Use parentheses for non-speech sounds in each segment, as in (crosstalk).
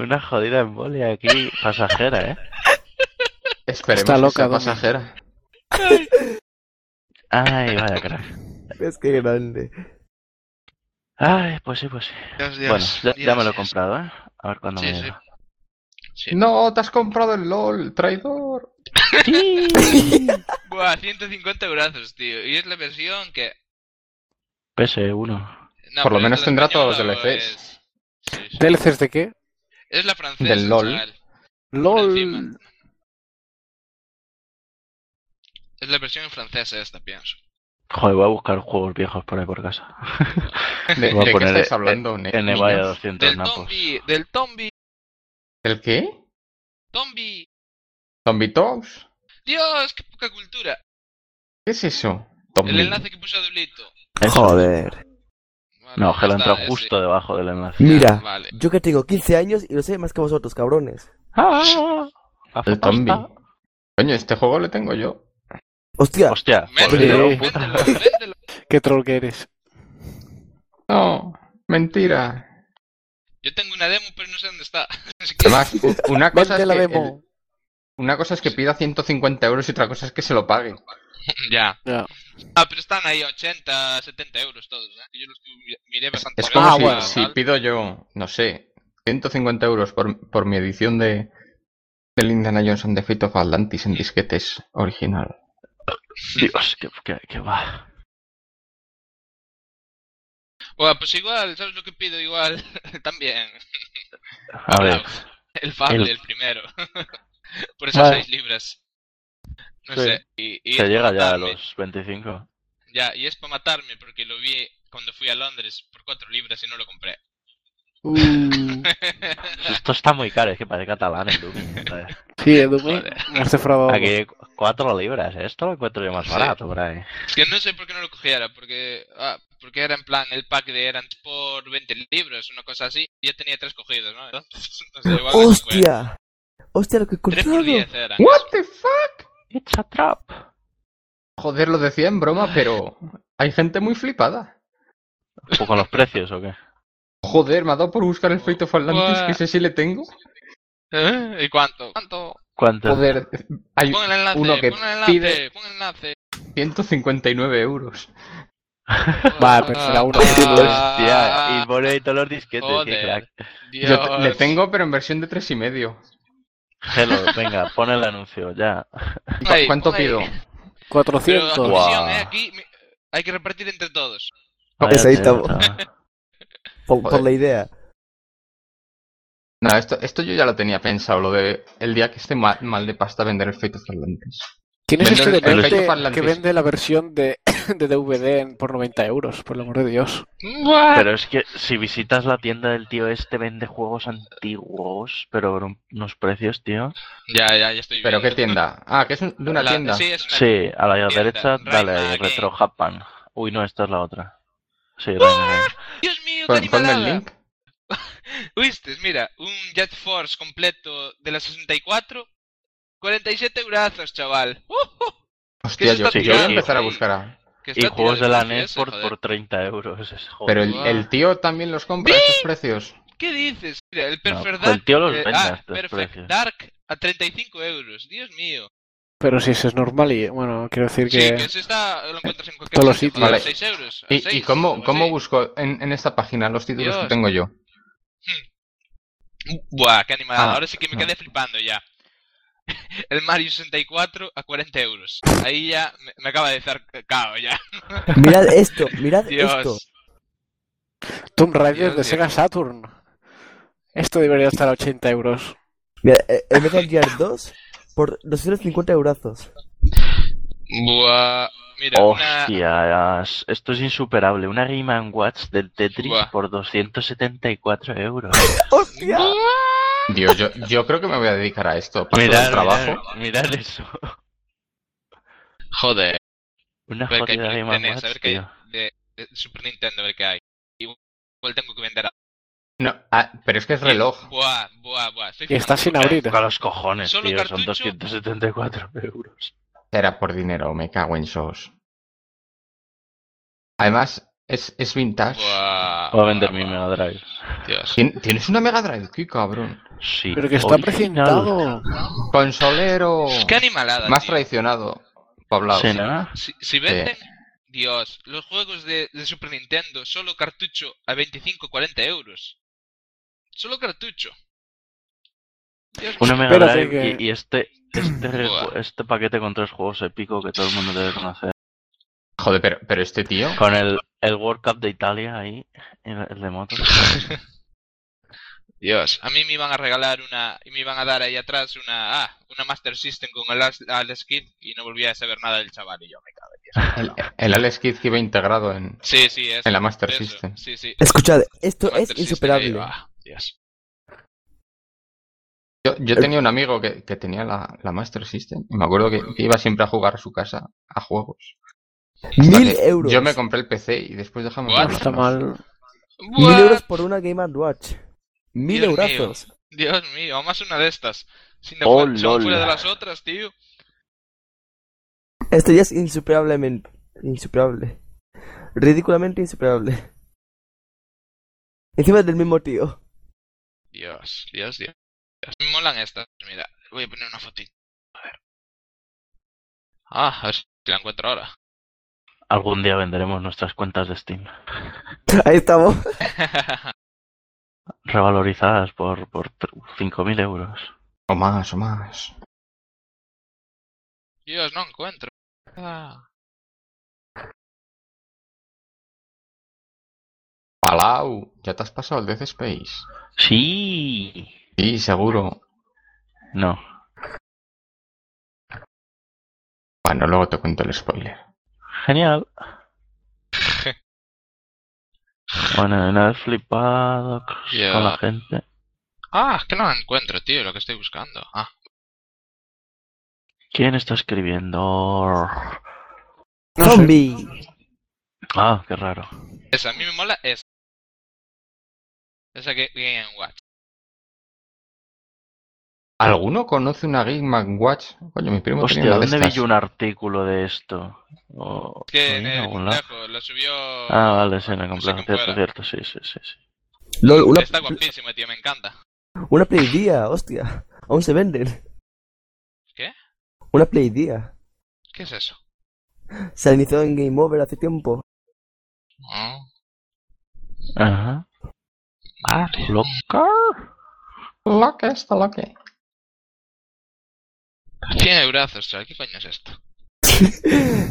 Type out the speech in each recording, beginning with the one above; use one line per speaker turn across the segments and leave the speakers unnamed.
Una jodida embolia aquí pasajera, ¿eh?
Esperemos
Está loca,
que sea
Domi.
pasajera.
Ay, vaya crack.
Es que grande.
Ay, pues sí, pues sí.
Dios, Dios,
Bueno, ya, ya me lo he
Dios.
comprado, ¿eh? A ver cuándo
Sí,
me
sí.
llega.
Sí.
No, te has comprado el LOL, traidor.
Buah, 150 euros, tío. Y es la versión que...
PS1.
No,
Por lo
pero
menos
es la
tendrá todos los
española,
DLCs. (laughs)
pues, sí, sí.
¿DLCs de qué?
Es la francesa,
Del LOL.
chaval.
LOL.
Encima. Es la versión francesa esta, pienso.
Joder, voy a buscar juegos viejos por ahí por
(laughs)
casa.
¿De,
Voy a
de qué
poner
estáis
el-
hablando, ne-
En
niños?
Evaya 200
Del
napos.
Tombi, del Tombi,
¿El qué?
Tombi.
¿Zombie Tops?
Dios, qué poca cultura.
¿Qué es eso?
El
Zombie.
enlace que puso Dulito.
Eso.
Joder.
Vale,
No,
ya
Gelo
está,
entró
ese.
justo debajo del enlace.
Mira,
Vale.
yo que tengo 15 años y lo sé más que vosotros, cabrones.
¡Ah!
El zombie. Coño, este juego lo tengo yo.
Hostia,
Hostia,
Véndelo,
Sí.
véndelo, véndelo.
Qué troll que eres.
No, mentira.
Yo tengo una demo, pero no sé dónde está. (laughs) Así que-
Además, u-
(laughs)
una cosa,
Vente
es
la
que el-
demo.
una cosa es que pida 150 euros y otra cosa es que se lo pague.
ya.
Ya.
Ah, pero están ahí 80, 70 euros todos, ¿eh? Yo los tuve- miré bastante.
Es como
Ah,
si,
bueno.
si pido yo, no sé, 150 euros por, por mi edición de del Indiana Jones and the Fate of Atlantis en disquetes original.
Dios, que, que, que va.
Bueno, pues igual, ¿sabes lo que pido? Igual, (laughs) también.
A ver,
El Fable,
El-
el, primero. (laughs) Por esas
Vale.
6 libras. No
Sí.
sé. Y, y
se
es
llega
pa'
ya a
matarme.
los 25.
Ya, y es para matarme porque lo vi cuando fui a Londres por 4 libras y no lo compré. (laughs)
(laughs) Uh,
Pues Esto está muy caro, es que parece catalán el Doom. Joder.
sí, Edu, me
Joder.
has defraudado.
Aquí 4 libras, ¿eh? esto lo encuentro yo más
Sí.
barato por ahí.
Es que no sé por qué no lo cogiera, porque, ah, porque era en plan el pack de eran por 20 libras, una cosa así, y ya tenía tres cogidos, ¿no? (laughs) Entonces, entonces igual lo compré.
hostia. Hostia, lo que he
3 por
encontrado.
10 era.
What the fuck?
It's a trap.
Joder, lo decía en broma, pero hay gente muy flipada.
¿O con los precios o qué?
Joder, me ha dado por buscar el Fate of Atlantis,
Buah.
que sé si le tengo.
¿Eh? ¿Y cuánto? ¿Cuánto?
¿Cuánto?
Joder, hay
Pon el enlace,
uno que
pon el enlace,
pide-
pon el enlace.
159 euros.
Vale, pero será
Ah,
(laughs)
uno.
Hostia, y pone ahí todos los disquetes, qué
Joder.
crack.
Yo te- le
Dios.
tengo, pero en versión de tres y medio.
Hello, venga, pon el anuncio, ya.
¿Y cu-
Ahí,
¿Cuánto
pon ahí.
pido?
Pero la
400.
Guau.
comisión, ¿eh? Aquí me- hay que repartir entre todos.
Pues ahí
Vaya tela,
estamos.
chaval.
Por, por
Joder.
la idea.
No, esto, esto yo ya lo tenía pensado, lo de el día que esté mal, mal de pasta vender el Fate of Atlantis.
¿Quién es
Vende
este
el-
de
el
Vente
Fate of Atlantis.
que vende la versión de, (coughs) de DVD en- por 90 euros? Por el amor de Dios.
Pero es que si visitas la tienda del tío este, vende juegos antiguos, pero por un- unos precios, tío.
Ya, ya, ya estoy
¿Pero qué
viendo.
tienda? Ah, que es un- de una
La-
tienda.
Sí, es una
Sí, a la
Tienda,
derecha,
Raima
dale ahí,
Game.
Retro Japan. Uy, no, esta es la otra. Sí,
Ah,
eh. Raima Game.
Dios mío, qué
Pon- Pues Ponme el
animalada.
link.
¿Viste? Mira, un Jet Force completo de la 64, 47 eurazos, chaval. ¡Uh!
Hostia,
eso
yo,
está
yo voy a
tirado
empezar a
ahí.
buscar. a-
Que
Y
está
juegos de
tirado
la
el
NES
precio
por,
ese,
por 30 euros. es- joder.
Pero el,
Buah.
el tío también los compra a esos precios.
joder. ¿Qué dices? Mira, el
No, pues
Perfect
el
Dark.
tío los
eh,
vende a
ah,
estos
Perfect
precios.
Dark a 35 euros. Dios mío.
Pero si eso es normal y, bueno, quiero decir
Sí,
que...
que ese está. Lo encuentras en cualquier
Todos los
sitio
sitios.
por
Vale.
6 euros.
¿Y,
a
y
seis,
cómo,
o
cómo
así.
busco en, en esta página los títulos que
Dios.
tengo yo?
Buah, qué animal.
Ah,
Ahora sí que me
no.
quedé flipando ya. (laughs) El Mario 64 a 40 euros. Ahí ya me, me acaba de dar cao ya.
Mirad esto, mirad
(laughs)
esto.
Dios.
Tomb Raider
Dios,
de
Dios.
Sega Saturn. Esto debería estar a 80 euros.
Mira, eh, el Metal Gear 2 por 250 eurazos.
Buah. Mira, una,
Hostias, esto es insuperable. Una Game and Watch del Tetris
Buah.
por 274 euros.
¡Hostia!
Dios, yo, yo creo que me voy a dedicar a esto. Para todo el trabajo.
mirad, mirad eso.
Joder.
Una
A ver qué hay
jodida
para
Game and
NES, a
Watch,
ver qué hay
tío.
de, de Super Nintendo, a ver qué hay. Igual tengo que vender a...
No, ah, pero es que es reloj.
Buah, buah, buah. Estoy
Y está
flipando.
sin abrir.
A los cojones,
Solo
tío, son
cartucho.
274 euros.
Era por dinero, me cago en sos. Además, es, es vintage.
Buah,
Voy a vender
buah,
mi
buah.
Mega Drive.
Dios.
Tien- Tienes una Mega Drive, qué cabrón.
Sí,
Pero que está
original.
precintado.
Consolero.
Qué animalada.
Más
tío.
traicionado. Pablao.
¿Será?
Si, si venden, Dios, los juegos de, de Super Nintendo, solo cartucho a 25-40 euros. Solo cartucho. Dios,
Una Mega
Espérate
Drive
que-
y, y este, este, reju-
Buah.
este paquete con tres juegos épico que todo el mundo debe conocer.
Joder, pero, pero este tío.
Con el, el World Cup de Italia ahí, el, el de motos.
(laughs) Dios, a mí me iban a regalar una, y me iban a dar ahí atrás una, ah, una Master System con el Alex- Alex Kidd y no volvía a saber nada del chaval y yo me cago en Dios.
El, el Alex Kidd que iba integrado en,
Sí, sí, eso,
en la Master
eso,
System.
Sí, sí.
Escuchad, esto
Master
es
System,
insuperable.
ahí, ah, Dios.
Yo, yo tenía un amigo que, que tenía la, la Master System y me acuerdo que iba siempre a jugar a su casa a juegos. Hasta
Mil
que
euros.
Yo me compré el PC y después dejamos.
What?
No está mal.
Mil
What?
euros por una Game and Watch. Mil
Dios mío.
eurazos.
Dios mío, más una de estas. Sin
Oh,
dejar- son fuera
lol.
de las otras, tío.
Esto ya es insuperablemente. Insuperable. Ridículamente insuperable. Encima es del mismo tío. (laughs)
Dios, Dios, Dios. Dios. Me molan estas. Mira, voy a poner una fotito. A ver. Ah, a ver si la encuentro ahora.
Algún día venderemos nuestras cuentas de Steam.
Ahí estamos.
Revalorizadas por, por 5.000 euros.
O más, o más.
(laughs) Dios, no encuentro. Ah.
Palau, ya te has pasado el Death Space.
Sí.
Sí, seguro.
No.
Bueno, luego te cuento el spoiler.
Genial. Bueno, no he flipado
Ya.
con la gente.
Ah, es que no la encuentro, tío, lo que estoy buscando. Ah,
¿Quién está escribiendo?
No sé.
Zombie.
Ah, qué raro.
esa, a mí me mola esa. Esa que Game Watch.
¿Alguno conoce una Game Watch? Coño, mi primo
Hostia,
tenía una de
¿dónde vi
estas.
yo un artículo de esto? O-
Es que en
¿lo vi en
el
algún lado?
complejo lo subió.
Ah, vale, sí, en el
no
complejo.
sé quién
Cierto, cierto,
fuera.
sí, sí, sí. sí.
Lol, una,
Está guapísima, tío, me encanta.
una Play Día, hostia. Aún se venden.
¿Qué?
Una Play Día.
¿Qué es eso?
Se inició en Game Over hace tiempo. (laughs)
Ah,
Ajá.
vale.
¿Locker?
Lo que está, lo que.
100 euros, ¿qué coño es esto?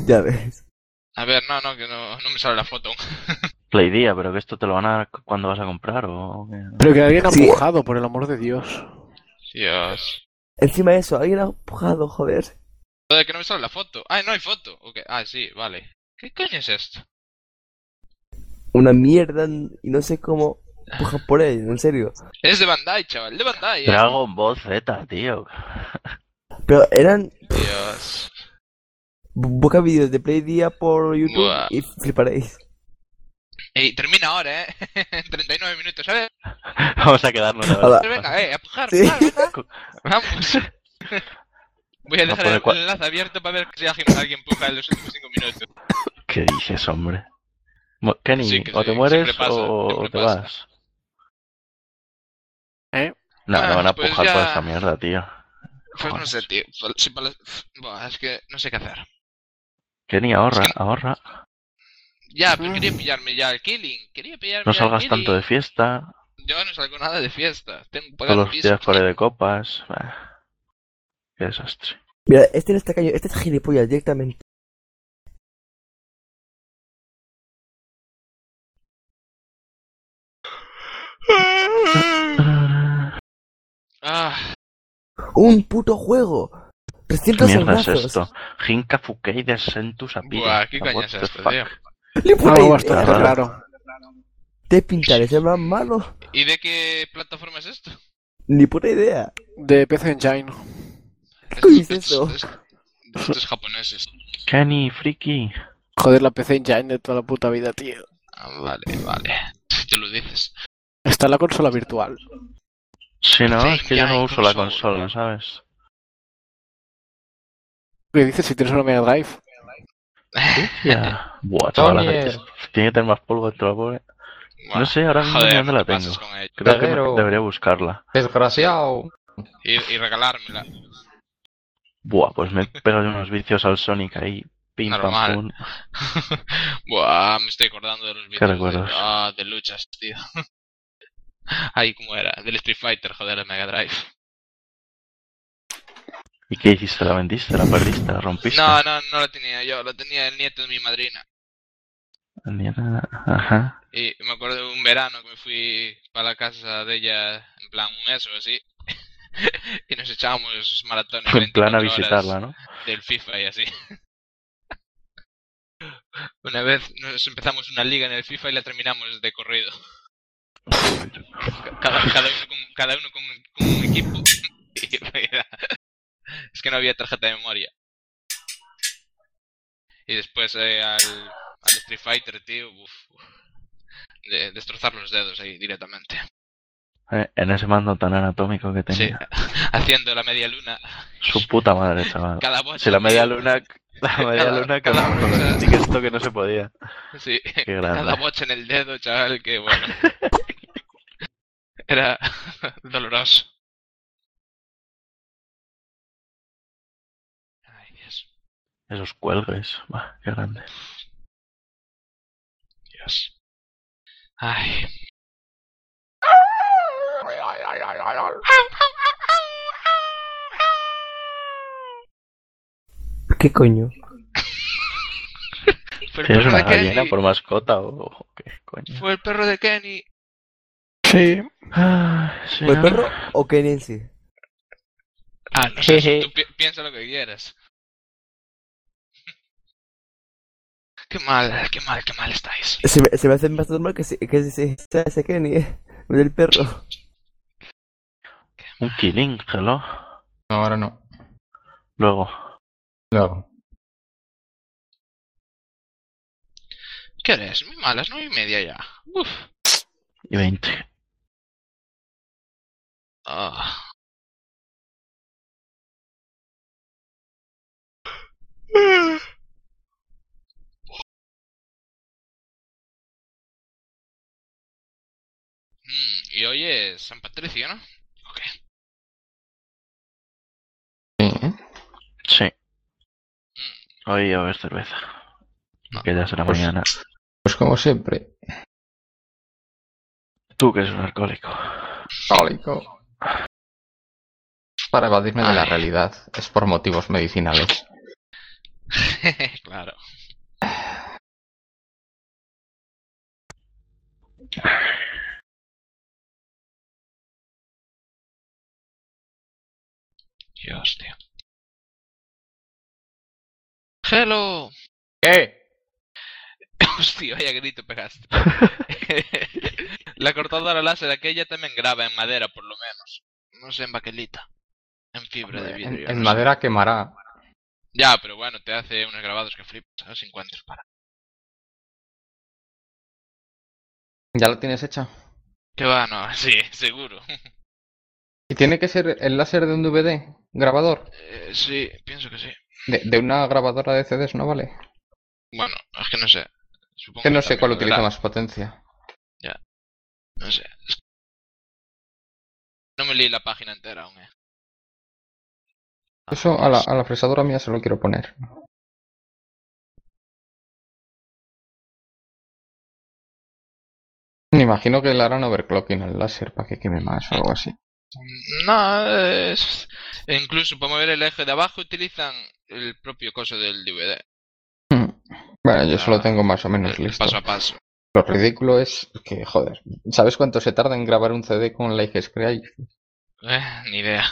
ya ves.
A ver, no, no, que no, no me sale la foto.
Play Día, pero que esto te lo van a dar cu- cuando vas a comprar o... qué?
Pero que alguien ha
Sí.
mojado, por el amor de Dios.
Dios.
Encima de eso, alguien ha empujado, joder.
Joder, que no me sale la foto. Ah, no hay foto. Ok, Ah, sí, vale. ¿Qué coño es esto?
Una mierda y no sé cómo empujan por él, en serio.
Es de Bandai, chaval, de Bandai. eh.
Dragon Ball Z, tío. (laughs)
Pero eran.
Dios.
bu- Busca vídeos de Play Día por YouTube
Buah.
y fliparéis.
Ey, termina ahora, eh. (laughs) En 39 minutos, ¿sabes?
Vamos a quedarnos a ver
Hola.
qué pasa.
Venga, eh, a pujar,
Sí.
pujar, venga. Vamos. (laughs) Voy a
No,
dejar
por el
el
cua-
enlace abierto para ver si alguien, alguien puja en los últimos 5 minutos.
¿Qué dices, hombre? Mo- Kenny,
Sí, que
o te
sí,
mueres
siempre pasa,
o
siempre
te
pasa.
vas.
¿Eh?
No,
Ah,
me van a
pues
pujar por
ya-
esta mierda, tío.
Pues no
Joder.
sé, tío. Si para las- Buah, es que no sé qué hacer.
Kenny, ahorra,
Es que-
ahorra.
Ya, pero quería pillarme ya el killing. Quería pillarme
No
ya el
salgas
killing.
tanto de fiesta.
Yo no salgo nada de fiesta. Tengo que pagar
Todos los
piso.
días por ahí de copas. Bah. Qué desastre.
Mira, este no está caño, este es gilipollas directamente.
Ah.
¡Un puto juego!
¿Qué
300
mierda es
euros.
esto? Jinka Fukei de Sentu Sapira.
Buah, ¿qué
What
coño es
the
esto,
fuck?
tío?
Ni puta
Algo
idea.
bastante
Raro.
raro.
Te pintaré, se más malo.
¿Y de qué plataforma es
(laughs)
esto?
Ni puta idea.
De PC Engine.
¿Qué
coño es eso?
Estos japoneses.
Kenny, friki.
Joder, la PC Engine de toda la puta vida, tío.
Ah, vale, vale. (laughs) Si tú lo dices.
Está en la consola virtual.
Si no,
Sí,
es que
ya
yo no
hay
uso la
consola.
consola, ¿sabes?
¿Qué dices si tienes una Mega Drive?
Ya. Buah, chaval,
Tony.
tiene que tener más polvo dentro, pobre.
Buah,
no
(laughs)
sé, ahora mismo
joder,
dónde la
te pasas
tengo.
con ello.
Creo que me-
Pero-
debería buscarla.
Desgraciado.
Y, y regalármela. (laughs)
Buah, pues me he pegado unos vicios al Sonic ahí. Pim,
Normal.
pam, pum.
Buah, me estoy acordando de los vídeos
recuerdos?
de, ah, de luchas, tío. (laughs) Ay, ¿cómo era? Del Street Fighter, joder, el Mega Drive.
¿Y qué hiciste? ¿La vendiste? ¿La perdiste? ¿La rompiste?
No, no, no la tenía yo, la tenía el nieto de mi madrina.
Ni nada. Ajá.
Y me acuerdo de un verano que me fui para la casa de ella, en plan un mes o así. (laughs) y nos echábamos maratones
En plan a
24 horas
visitarla, ¿no?
del FIFA y así. (laughs) Una vez nos empezamos una liga en el FIFA y la terminamos de corrido. Ca- Cada, cada uno, con, cada uno con, con un equipo. (laughs) Y en realidad, es que no había tarjeta de memoria. Y después eh, al, al Street Fighter, tío, uf, de- destrozar los dedos ahí directamente.
Eh, En ese mando tan anatómico que
Sí, (laughs)
tenía.
haciendo la media luna.
Su puta madre, chaval.
Cada bocha,
Si la media
tío.
luna... La media
Cada-
luna que
cada
con los
cosa.
stickers esto que no se podía.
(laughs) Sí,
Qué grande.
cada bocha en el dedo, chaval, que bueno. (laughs) Era (laughs) doloroso. Ay, Dios,
Esos cuelgues. Buah, qué grande.
Dios. Ay.
¿Qué coño?
Fue el
Tienes
perro
una (laughs)
de
gallina
Kenny.
por mascota o o qué coño.
Fue el perro de Kenny.
Sí.
Ah, sí,
¿Fue
¿no?
Pues perro o Kenny en sí?
Ah, no sé,
Jeje.
tú pi- piensa lo que quieras. (laughs) Qué mal, qué mal, qué mal estáis.
Se me, se me hace más normal que se, que se, se- sea ese Kenny, eh. Del
(laughs)
perro.
(laughs) Un killing, hello.
No, ahora no.
Luego.
Luego.
¿Qué eres? Muy malas, nueve y media ya. Uf.
Y 20.
Ah. (laughs) Mm, y hoy es San Patricio, ¿no? Ok.
Sí, ¿eh?
Sí. Hoy a ver cerveza. Que ya será
Pues-
mañana.
Pues como siempre.
Tú que eres un alcohólico.
Alcohólico. Para evadirme de la
Ay.
realidad. Es por motivos medicinales.
(laughs) claro. Dios, tío. ¡Hello! (laughs)
¿Qué?
Hostia, vaya grito pegaste.
(laughs)
La cortadora láser aquella también graba en madera, por lo menos. No sé, en baquelita. En fibra de vidrio.
En,
yo
en
no sé.
madera quemará.
Ya, pero bueno, te hace unos grabados que flipas. A ver si encuentro. Para.
Ya la tienes hecha.
Que va, no, (laughs) sí, seguro.
Y tiene que ser el láser de un DVD grabador.
Eh, sí, pienso que sí.
De, de una grabadora de CDs no vale.
Bueno, es que no sé. Supongo
Que no sé cuál
también
utiliza
habrá,
más potencia.
No sé. No me leí la página entera aún, eh. Ah,
Eso a la, a la fresadora mía se lo quiero poner. Me imagino que le harán overclocking al láser para que queme más o algo así.
No, es... e incluso para mover el eje de abajo utilizan el propio coso del DVD.
Mm. Bueno, yo eso lo tengo más o menos
el- el
listo.
Ah, eh, paso a paso.
Lo ridículo es que, joder, ¿sabes cuánto se tarda en grabar un CD con LiveScribe
Eh, ni idea.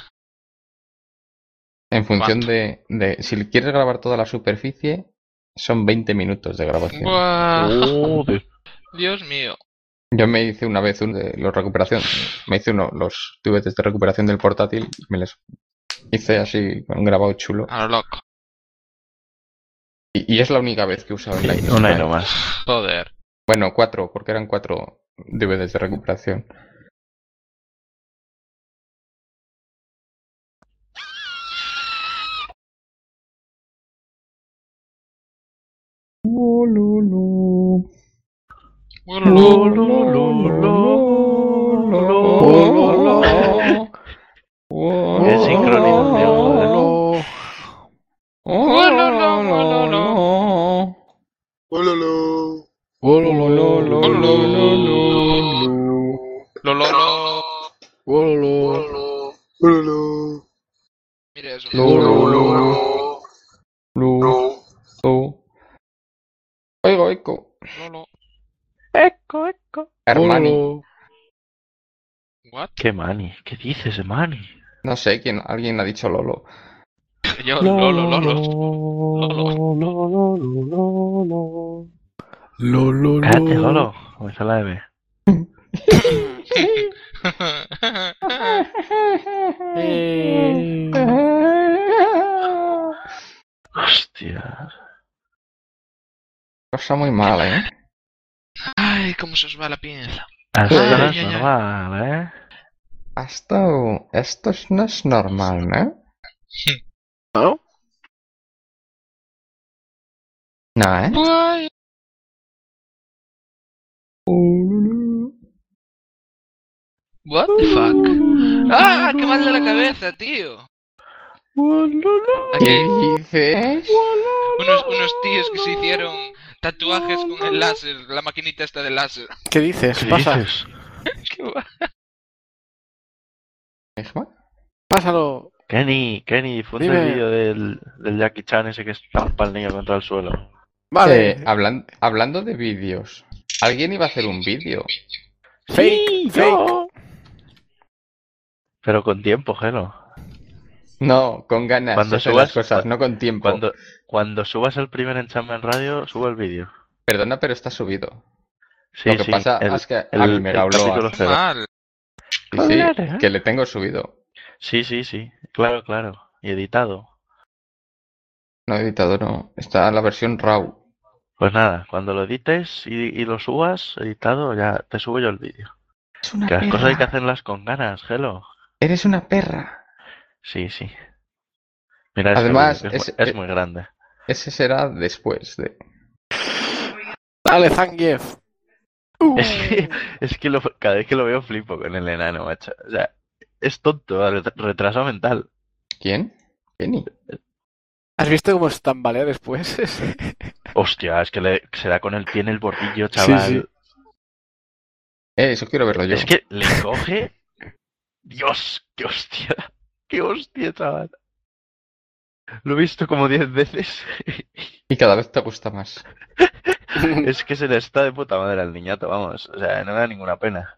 En función
¿Cuánto?
de, de- Si quieres grabar toda la superficie, son 20 minutos de grabación.
Ah.
Buah,
Uh. Joder.
Dios mío.
Yo me hice una vez un de los recuperación, me hice uno, los tubetes de recuperación del portátil, me les hice así con un grabado chulo.
A lo loco.
Y, y es la única vez que he usado el Lightroom.
Una y no más.
Joder.
Bueno, cuatro, porque eran cuatro DVDs de recuperación.
El sincronización.
Lololo. Mira eso.
Oigo, eco.
Lolo.
Hermani.
What?
¿Qué Mani? ¿Qué dices de Mani?
No sé quién, alguien ha dicho Lolo.
Yo, lolo, lolo.
Cállate, Lolo. Comienza la M. Hostia.
Cosa muy mala, ¿eh?
Ay, cómo se os va la pinza.
Hasta no
ay,
es
ay.
normal, ¿eh?
Esto, esto no es normal, ¿eh?
¿No?
No, ¿eh?
Guay. What the fuck? ¡Ah! ¡Qué mal de la cabeza, tío! Aquí,
¿Qué dices?
unos, unos tíos que se hicieron tatuajes con el láser, la maquinita esta de láser.
¿Qué dices?
¿Qué
Pasa,
dices?
Qué guay.
¿Misma?
pásalo.
Kenny, Kenny, difunde
Dime.
el vídeo del, del Jackie Chan ese que estampa al niño contra el suelo.
Vale.
Eh, hablan- hablando de vídeos, alguien iba a hacer un vídeo.
Fake, fake.
Pero con tiempo, Gelo.
No, con ganas
Cuando
de hacer
subas-
las cosas, no con tiempo.
Cuando, cuando subas el primer enchame en radio, subo el vídeo.
Perdona, pero está subido.
Sí,
Lo que
sí,
pasa
el-
es que ah,
el-
al Mega
el
Bloa-
capítulo
Qué
cero.
mal.
Sí, sí,
Claro.
que le tengo subido.
Sí, sí, sí. Claro, claro. Y editado.
No editado, no. Está la versión RAW.
Pues nada, cuando lo edites y, y lo subas editado, ya te subo yo el vídeo.
Es una
Que las cosas hay que
perra.
hacerlas con ganas, Gelo.
Eres una perra.
Sí, sí. Mira, ese
Además,
vídeo, que es,
es-
mu- es
eh,
muy grande.
Ese será después de.
Dale, Zangief. Uh.
Es que, es que lo- cada vez que lo veo flipo con el enano, macho. O sea, es tonto, re- retraso mental.
¿Quién? Penny.
¿Has visto cómo se tambalea después?
Hostia, es que le, se da con el pie en el bordillo, chaval.
sí.
Eh, eso quiero verlo yo.
Es que le coge. Dios, qué hostia. Qué hostia, chaval. Lo he visto como 10
(laughs)
veces.
Y cada vez te gusta más.
Es que se le está de puta madre al niñato, vamos. O sea, no me da ninguna pena.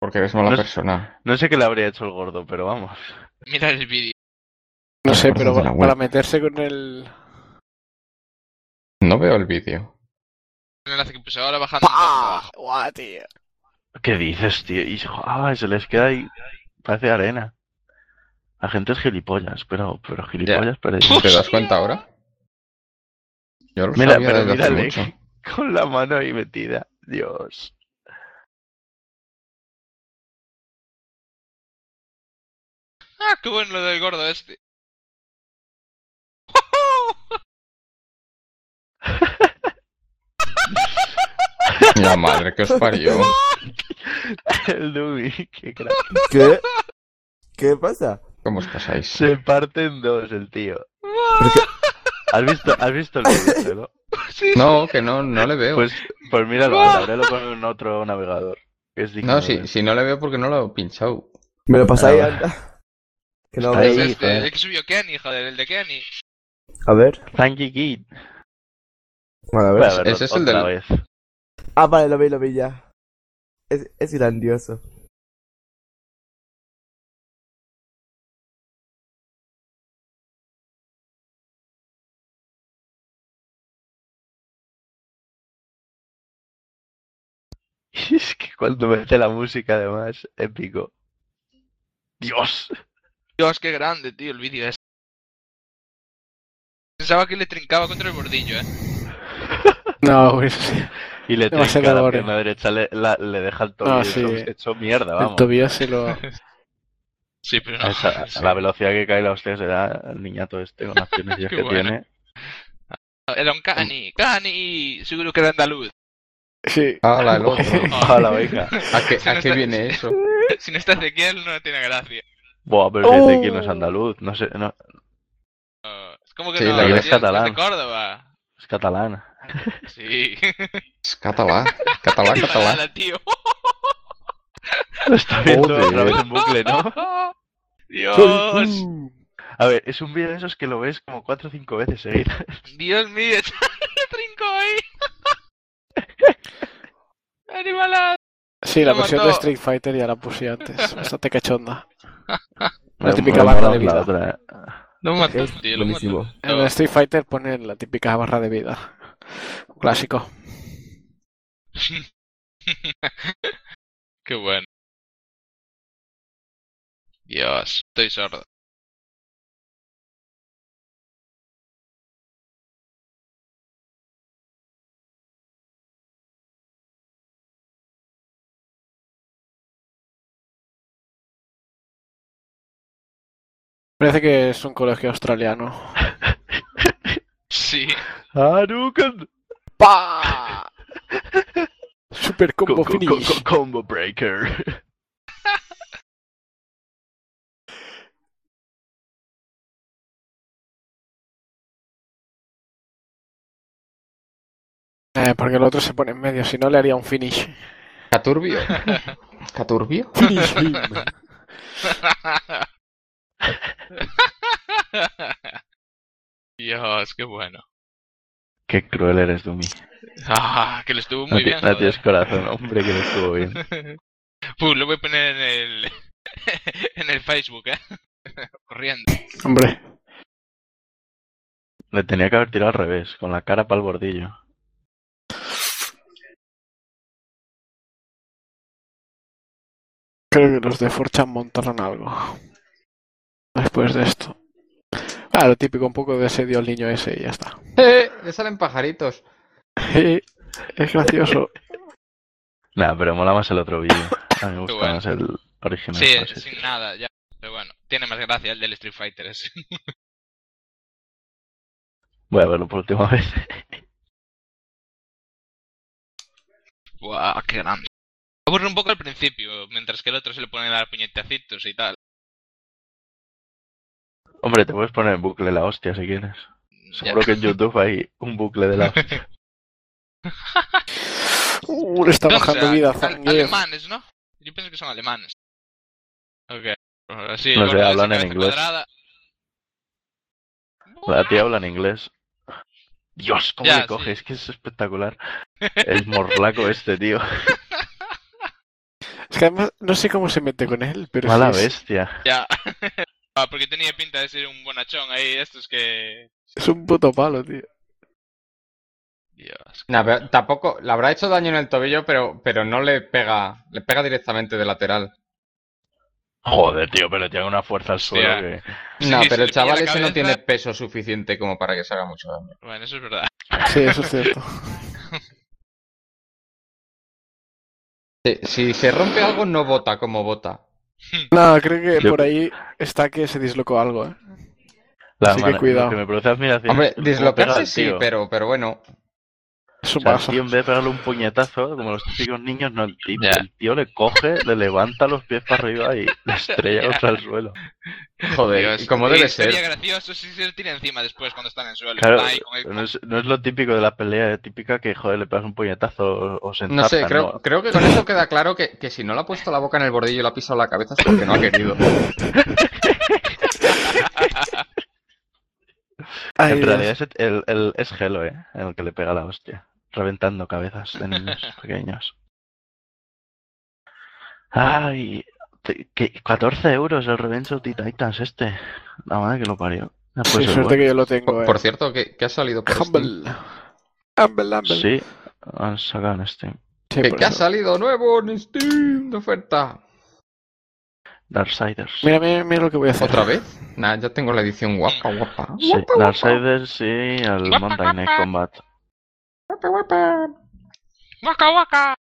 Porque eres mala
No es-
persona.
No sé qué le habría hecho el gordo, pero vamos.
Mirad el vídeo.
no sé, pero
Recuerdos de la
para,
web.
meterse con el...
No veo el vídeo.
El enlace que puse ahora bajando. un poco
¡Pah!
abajo.
Ah, Guau, tío.
¿Qué dices, tío? Y ah, se les queda ahí. Parece arena. La gente es gilipollas, pero, pero gilipollas,
(laughs)
pero.
¿Te das cuenta ahora? Yo lo
¡Oh, Mira,
sabía
pero
desde hace
mírale.
mucho.
Con la mano ahí metida. Dios.
Ah, qué bueno lo del gordo este.
La madre que os parió.
El Dubi, (laughs) qué crack.
¿Qué? ¿Qué pasa?
¿Cómo os pasáis?
Se parte en dos el tío.
Porque-
¿Has visto, has visto el vídeo, no?
Sí,
No, que no, no le veo.
Pues, pues míralo, ábrelo con un otro navegador. que es digno
No,
de
si,
ver.
si no le veo porque no lo he pinchado.
Me lo pasáis
Ah,
anda. Que no
Está
es
ahí,
veis.
este,
joder.
el que subió Kenny, joder, el de Kenny.
A ver.
Thank you, Kid.
Bueno, a ver.
Voy a verlo
ese es el
otra
del-
vez. (laughs)
Ah, vale, lo vi, lo vi ya. Es, es grandioso.
Es que cuando mete la música, además, épico. Dios.
Dios, qué grande, tío, el vídeo este. Pensaba que le trincaba contra el bordillo, eh.
No, (laughs) pues,
Y le
(laughs) Demasiado
trinca la
gore.
pierna derecha, le, la- le deja el tobillo
No,
hecho-
sí.
hecho mierda,
el
vamos.
tobillo se lo...
Sí, pero
A
no.
esa- a la velocidad que cae la hostia se da al niñato este con las
(laughs)
piernas que
Qué bueno.
tiene.
Era un Cani. Cani. Seguro que era andaluz. (laughs)
Sí.
Hala, el otro.
Ojalá, venga.
¿A
(laughs)
qué,
Si no
a qué
está-
viene eso?
Si no está Ezequiel, no tiene gracia.
Buah, pero si este aquí no es
Oh.
andaluz, no sé, no,
Es como que
Sí,
no,
la
tío,
verdad es
estás
catalán.
de Córdoba.
es catalán. (laughs)
Sí. (laughs)
Es catalá. Catalá,
(laughs)
catalá.
Catalán, tío.
Lo está viendo
Joder.
otra vez en bucle, ¿no?
(laughs) Oh, Dios.
A ver, es un vídeo de esos que lo ves como cuatro o cinco veces
(laughs)
seguidas.
Dios mío, (laughs) chaval, trinco ahí. Animalada.
Sí, la
Lo
versión de
mató.
Street Fighter ya la
(laughs)
puse antes. Bastante cachonda.
Pero
típica
bueno,
barra de
la
vida.
otra. ¿eh?
Lo mató,
Es
tío, lo
buenísimo.
mató.
En el Street Fighter ponen la típica barra de vida. Un clásico.
(laughs) Qué bueno. Dios, estoy sordo.
Parece que es un colegio australiano.
Sí.
Hadouken.
¡Pa! Super combo
Co- co- co-
finish.
co- Combo breaker. (laughs)
Eh, porque el otro se pone en medio, si no le haría
(laughs)
un finish.
Caturbio. Caturbio.
Finish him.
(laughs) Dios, qué bueno.
Qué cruel eres, Dumi.
Ah, que lo estuvo
No,
muy
ti-
bien.
no
joder.
tienes corazón, hombre, que lo estuvo
(laughs)
bien.
Pum, lo voy a poner en el (laughs) en el Facebook, eh. (laughs) Corriendo.
Hombre.
Le tenía que haber tirado al revés, con la cara para el bordillo.
Creo que los de Forchan montaron algo. Después de esto. Ah, lo típico, un poco de sedio al niño ese y ya está. (laughs)
¡Eh! Le salen pajaritos.
Es gracioso.
Nah, pero mola más el otro vídeo. A mí me gusta
bueno.
más el original.
eh. Sí,
no sé.
sin nada, ya. Pero bueno, tiene más gracia el del Street Fighter ese.
Voy a verlo por última (laughs) vez.
(laughs) Buah, qué grande. Aburre un poco al principio, mientras que el otro se le pone a dar puñetacitos y tal.
Hombre, te puedes poner en bucle la hostia si quieres. Seguro que en YouTube hay un bucle
(laughs)
de la hostia.
Uh, le está
¿Dónde
bajando
será?
vida a
Al-
Zangief.
alemanes, ¿no? Yo pienso que son alemanes. Ok. pues Ahora sí,
No sé,
gordo,
hablan
esa
en
cabeza
inglés.
cuadrada.
La tía habla en inglés. Dios, cómo
Ya,
le coge,
sí.
es que es
(laughs)
espectacular. El morlaco este, tío.
Es que además no sé cómo se mete con él, pero
Mala
sí es
bestia.
Ya. (laughs) Ah, porque tenía pinta de ser un bonachón ahí, estos que...
es un puto palo, tío.
Dios.
Nah, pero tampoco. Le habrá hecho daño en el tobillo, pero, pero no le pega. Le pega directamente de lateral.
Joder, tío, pero tiene una fuerza al suelo
Hostia.
que...
No, pero
Sí, se le
el
pilla la
chaval ese no
cabeza.
tiene peso suficiente como para que se haga mucho daño.
Bueno, eso es verdad.
Sí, eso es cierto.
Sí, Si se rompe algo, no bota como bota.
No, creo que
Yo-
por ahí está que se dislocó algo, ¿eh?
La
Así que
mano-
cuidado.
Lo que me produce admiración.
Hombre,
es cómo pega
dislocarse
al
sí,
tío.
pero, pero bueno.
Es un
O sea, el
vaso.
tío, en vez de pegarle un puñetazo, como los típicos niños, no, el tío,
Ya.
el tío le coge, le levanta los pies para arriba y le estrella contra el suelo.
Joder,
Dios. este
y como
Sí,
debe
sería
ser.
gracioso si se le tira encima después cuando están en el suelo.
Claro,
Está ahí con el-
no es, no es lo típico de la pelea típica que, joder, le pegas un puñetazo o, o se
No sé,
enzarza,
creo, creo que con eso queda claro que, que si no le ha puesto la boca en el bordillo y le ha pisado la cabeza es porque no ha querido.
Ay,
En
Dios.
realidad es, el, el- es Gelo, ¿eh? El que le pega la hostia. Reventando cabezas de niños pequeños. Ay, te- que- 14 euros el Revenge of the Titans este. La madre que lo parió. No
Sí,
puede ser
suerte
pues bueno.
que yo lo tengo,
Por,
¿eh?
por cierto, que, que ha salido por Steam.
Humble. Humble, humble.
Sí, han sacado en Steam.
Sí,
Que,
por
que ha
eso.
salido nuevo en Steam de oferta.
Darksiders.
Mira, mira, mira lo que voy a hacer.
¿Otra vez? Nah, ya tengo la edición guapa, guapa.
Sí, Darksiders y el Mountain Knight Combat.
Guapa, guapa.
¡Waka, waka!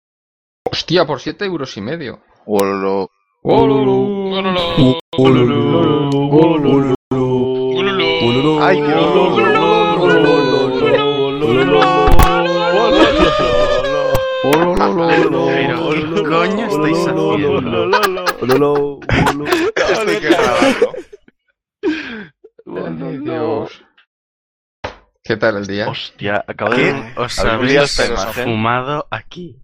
Hostia, por siete euros y medio.
Wololo.
Ululú. Ululú.
Ay,
Ululú.
Dios.
Ululú. Ululú.
Oh,
Ololo. Loña, estáis haciendo.
Ololo, ololo.
Esto hay que grabarlo.
Bueno,
Ay,
no.
Dios. ¿Qué tal el día?
Hostia, acabo
¿Qué?
de. Os
Habría
habéis
esta imagen.
fumado aquí.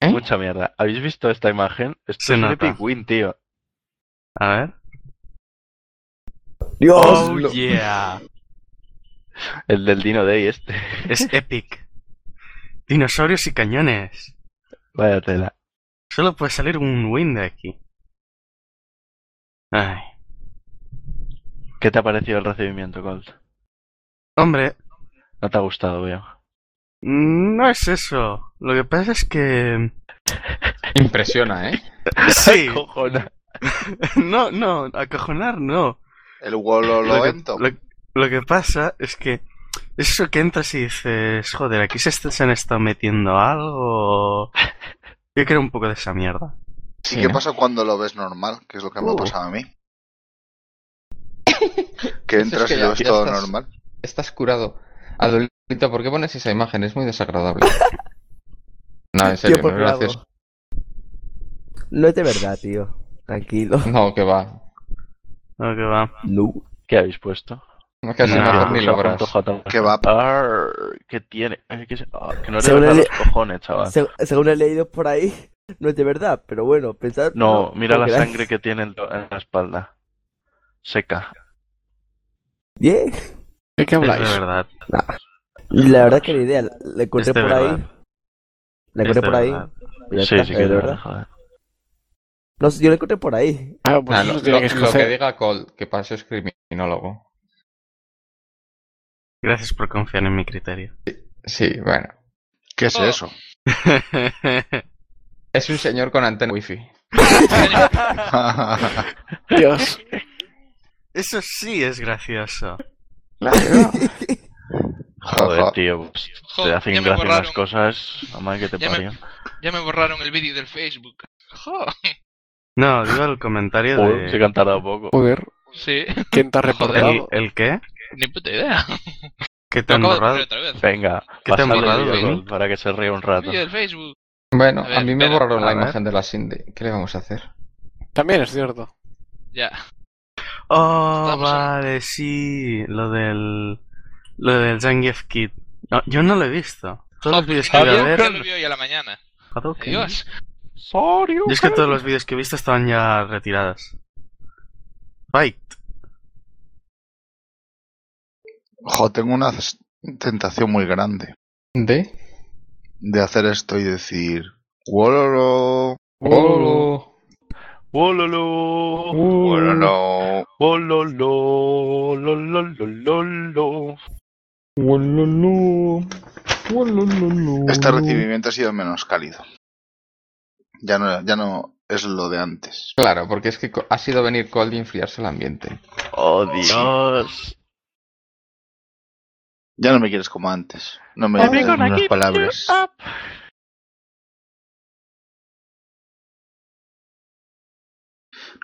¿Eh?
Mucha mierda. ¿Habéis visto esta imagen? Esto
Se
es un
nota.
Epic Win, tío.
A ver.
Dios.
Oh,
lo-
yeah.
El del Dino Day este. (laughs)
Es epic. Dinosaurios y cañones.
Vaya tela.
Solo puede salir un win de aquí. Ay.
¿Qué te ha parecido el recibimiento, Colt?
Hombre, mm,
No te ha gustado, veo.
no es eso. Lo que pasa es que...
Impresiona, ¿eh?
Sí.
Cojona.
(laughs) No, no, acojonar no.
El Wolo
Lo que,
Loento.
lo- lo que pasa es que... Es eso que entras y dices, joder, aquí se, est- se han estado metiendo algo. Yo quiero un poco de esa mierda.
Sí,
¿Y qué
¿no?
pasa cuando lo ves normal? Que es lo que me ha
Uh.
pasado
(laughs)
a mí. Que
Eso es
entras
que
y
ya-
lo ves
ya
todo
estás-
normal.
Estás curado. Adolito, ¿por qué pones esa imagen? Es muy desagradable. No, en serio,
Tiempo
no es
clavo.
gracioso.
No es de verdad, tío. Tranquilo.
No, que va.
Lo que va.
No.
¿Qué habéis puesto?
No, casi
No.
mejor ni
Se
lo
ha
verás.
puesto Jota.
Que va.
Ah.
Arr, ¿Qué tiene? Ay, que se- ah, que no le
Se
ves a
une-
los cojones,
(laughs)
chaval.
Se- según he leído por ahí, no es de verdad, pero bueno, pensad.
No, mira
no
la
queráis.
sangre que tiene en lo- en la espalda. Seca.
Bien.
¿De qué
Es de
habláis?
verdad.
La verdad que ni idea, la encontré
Es de
por ahí.
verdad.
La
Es
encontré
de
por ahí.
verdad.
y ya
Sí,
está,
sí
es
que
de
es
verdad.
joder.
No, yo la encontré por ahí.
Ah, pues
Nah,
eso
lo,
tiene
lo-
que
lo que
escoger.
diga Cole, que para eso es criminólogo.
Gracias por confiar en mi criterio.
Sí, bueno.
¿Qué es
Oh.
eso?
Es un señor con antena wifi.
Dios.
Eso sí es gracioso.
Joder, tío. pues,
Joder,
Te
ya
hacen
me
gracia las
borraron,
cosas. Mamá, que te
Ya me-
parió.
ya me borraron el vídeo del Facebook. Jo,
No, digo el comentario
Joder, se que
de...
han tardado poco.
Joder.
(laughs)
sí,
¿Quién te ha
¿El,
reportado?
el qué?
ni puta idea.
¿Qué te
Lo
han
acabo de
borrado?
poner otra vez.
Venga,
¿Qué te han
pásale
borrado,
el vídeo,
Vini?
Gold, para que se ría un
El
rato.
vídeo del Facebook.
Bueno,
A
a,
ver,
mí me
espera.
borraron la
A ver.
imagen de la Cindy. ¿Qué le vamos a hacer?
También es cierto.
Ya.
Oh,
Estamos ahí.
vale, sí. Lo del... Lo del Zangief Kid. No, yo no lo he visto. Todos los vídeos que
Mira,
iba a
yo
ver...
ya lo vi hoy a la mañana.
Hadouken.
Adiós.
Sorry,
Yo es que
Gold.
todos los vídeos que he visto estaban ya retirados. Fight.
Jo, tengo una tentación muy grande
¿De?
de hacer esto y decir. Wololo.
Oh.
Olo.
Wololo,
Wololo.
wololo, lololololo.
Este
Uh.
recibimiento ha sido menos cálido. Ya no, ya no es lo de antes.
Claro, porque es que co- ha sido venir Cole y enfriarse el ambiente.
Oh, Dios.
Ya no me quieres como antes. No me dices unas palabras.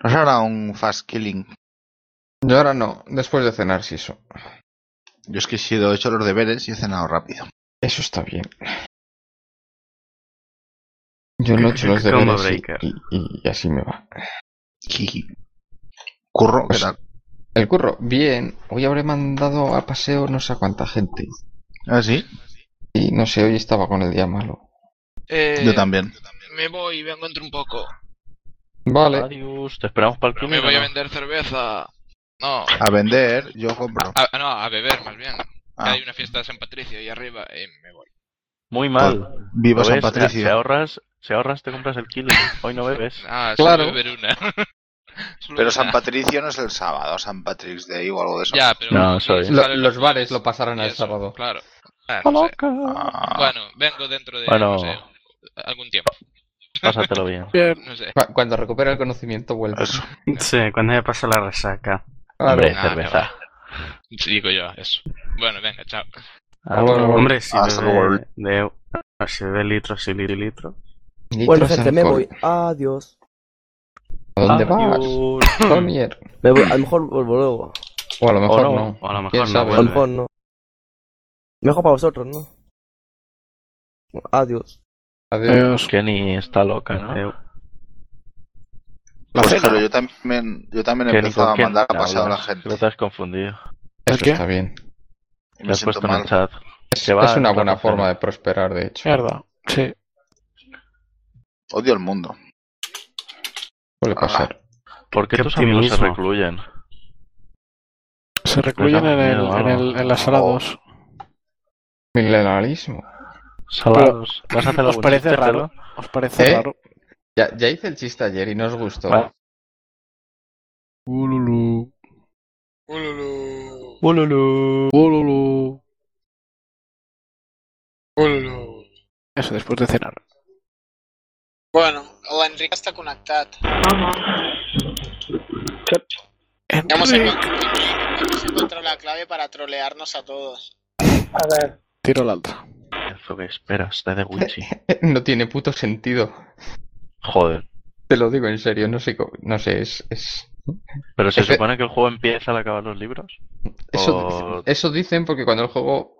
Nos hará un fast killing.
Yo ahora no, después de cenar, sí, eso.
Yo es que he sido he hecho los deberes y he cenado rápido.
Eso está bien. Yo no he hecho los
Combo
deberes y-
breaker.
y- y- y así me va.
Jiji. Curro, ¿qué
Pues-
tal?
El curro, bien. Hoy habré mandado a paseo no sé a cuánta gente.
¿Ah, sí?
Y no sé, hoy estaba con el día malo.
Eh,
Yo también.
Me voy, me encuentro un poco.
Vale.
Adiós. Te esperamos para el
Pero me
primero.
voy a
¿no?
vender cerveza. No,
A vender, yo compro.
a- no, a beber más bien.
Ah,
Hay una fiesta de San Patricio ahí arriba y me voy.
Muy mal.
viva
¿Lo
San
ves?
Patricio.
Si ahorras, si ahorras te compras el kilo. Hoy no bebes.
Ah,
Claro.
solo beber una. (laughs) Solo
Pero
una.
San Patricio no es el sábado, San Patrick's Day o algo de eso.
Ya, pero.
No, sorry.
Lo-
salen
los bares lo pasaron
y
al
eso,
sábado.
Claro. Ah, no sé.
Ah,
Bueno, vengo dentro de.
Bueno.
no sé, algún tiempo.
Pásatelo bien.
Bien.
(laughs)
No sé.
Cu- Cuando recupera el conocimiento vuelve.
eso.
Sí, cuando haya pasado la resaca.
Claro.
Hombre,
Ah,
cerveza.
Digo yo, eso. Bueno, venga, chao.
Ah,
Bueno,
Hombre, si
Hasta
bebe
luego.
de, no, si bebe litros y litros y litros.
Litros
Bueno,
de
gente, me
alcohol.
voy. Adiós.
¿A dónde vas?
adiós.
(coughs) Tonier.
Me voy. A lo mejor vuelvo luego.
O a lo mejor
no.
no.
O a lo mejor
¿Quién
no
sabe?
A lo
vuelve.
mejor no. Mejor para vosotros, ¿no? Adiós.
Adiós.
Adiós.
Kenny está loca, ¿no?
Eh,
La
Pues
cena.
claro, yo también, yo también he
Kenny,
empezado a
¿con quién
mandar a pasear a la
hablas?
gente.
Creo que Te has confundido.
¿El
Eso
qué?
está bien.
Y
Te
me
has
siento
puesto en
mal.
el chat.
Es,
Que va,
es una
es la
buena
tercera.
forma de prosperar, de hecho.
Mierda. Sí.
Odio el mundo.
Suele pasar.
¿Por qué
Qué
tus amigos se
optimismo.
recluyen?
Se recluyen en, el,
miedo,
en, el- en la sala
Oh.
2.
Milenalismo.
Salados. ¿Vas a hacer
¿Os
algún
parece
chiste,
raro?
Pedro?
¿Os parece
¿Eh?
raro?
Ya, ya hice el chiste ayer y no os gustó.
Vale.
Ululu.
Ululu.
Ululú.
Ululu.
Ululu.
Eso, después de cenar.
Bueno, l'Enric està connectat. Ya hemos encontrado, hemos encontrado la clave para trolearnos a todos.
A ver,
Tiro la otra.
Eso que esperas de The Witchy.
(laughs)
(laughs)
No tiene puto sentido.
Joder.
Te lo digo en serio, no sé, cómo- no sé, es, es-
Pero se
Efe-
supone que el juego empieza al acabar los libros.
eso,
Por-
eso dicen porque cuando el juego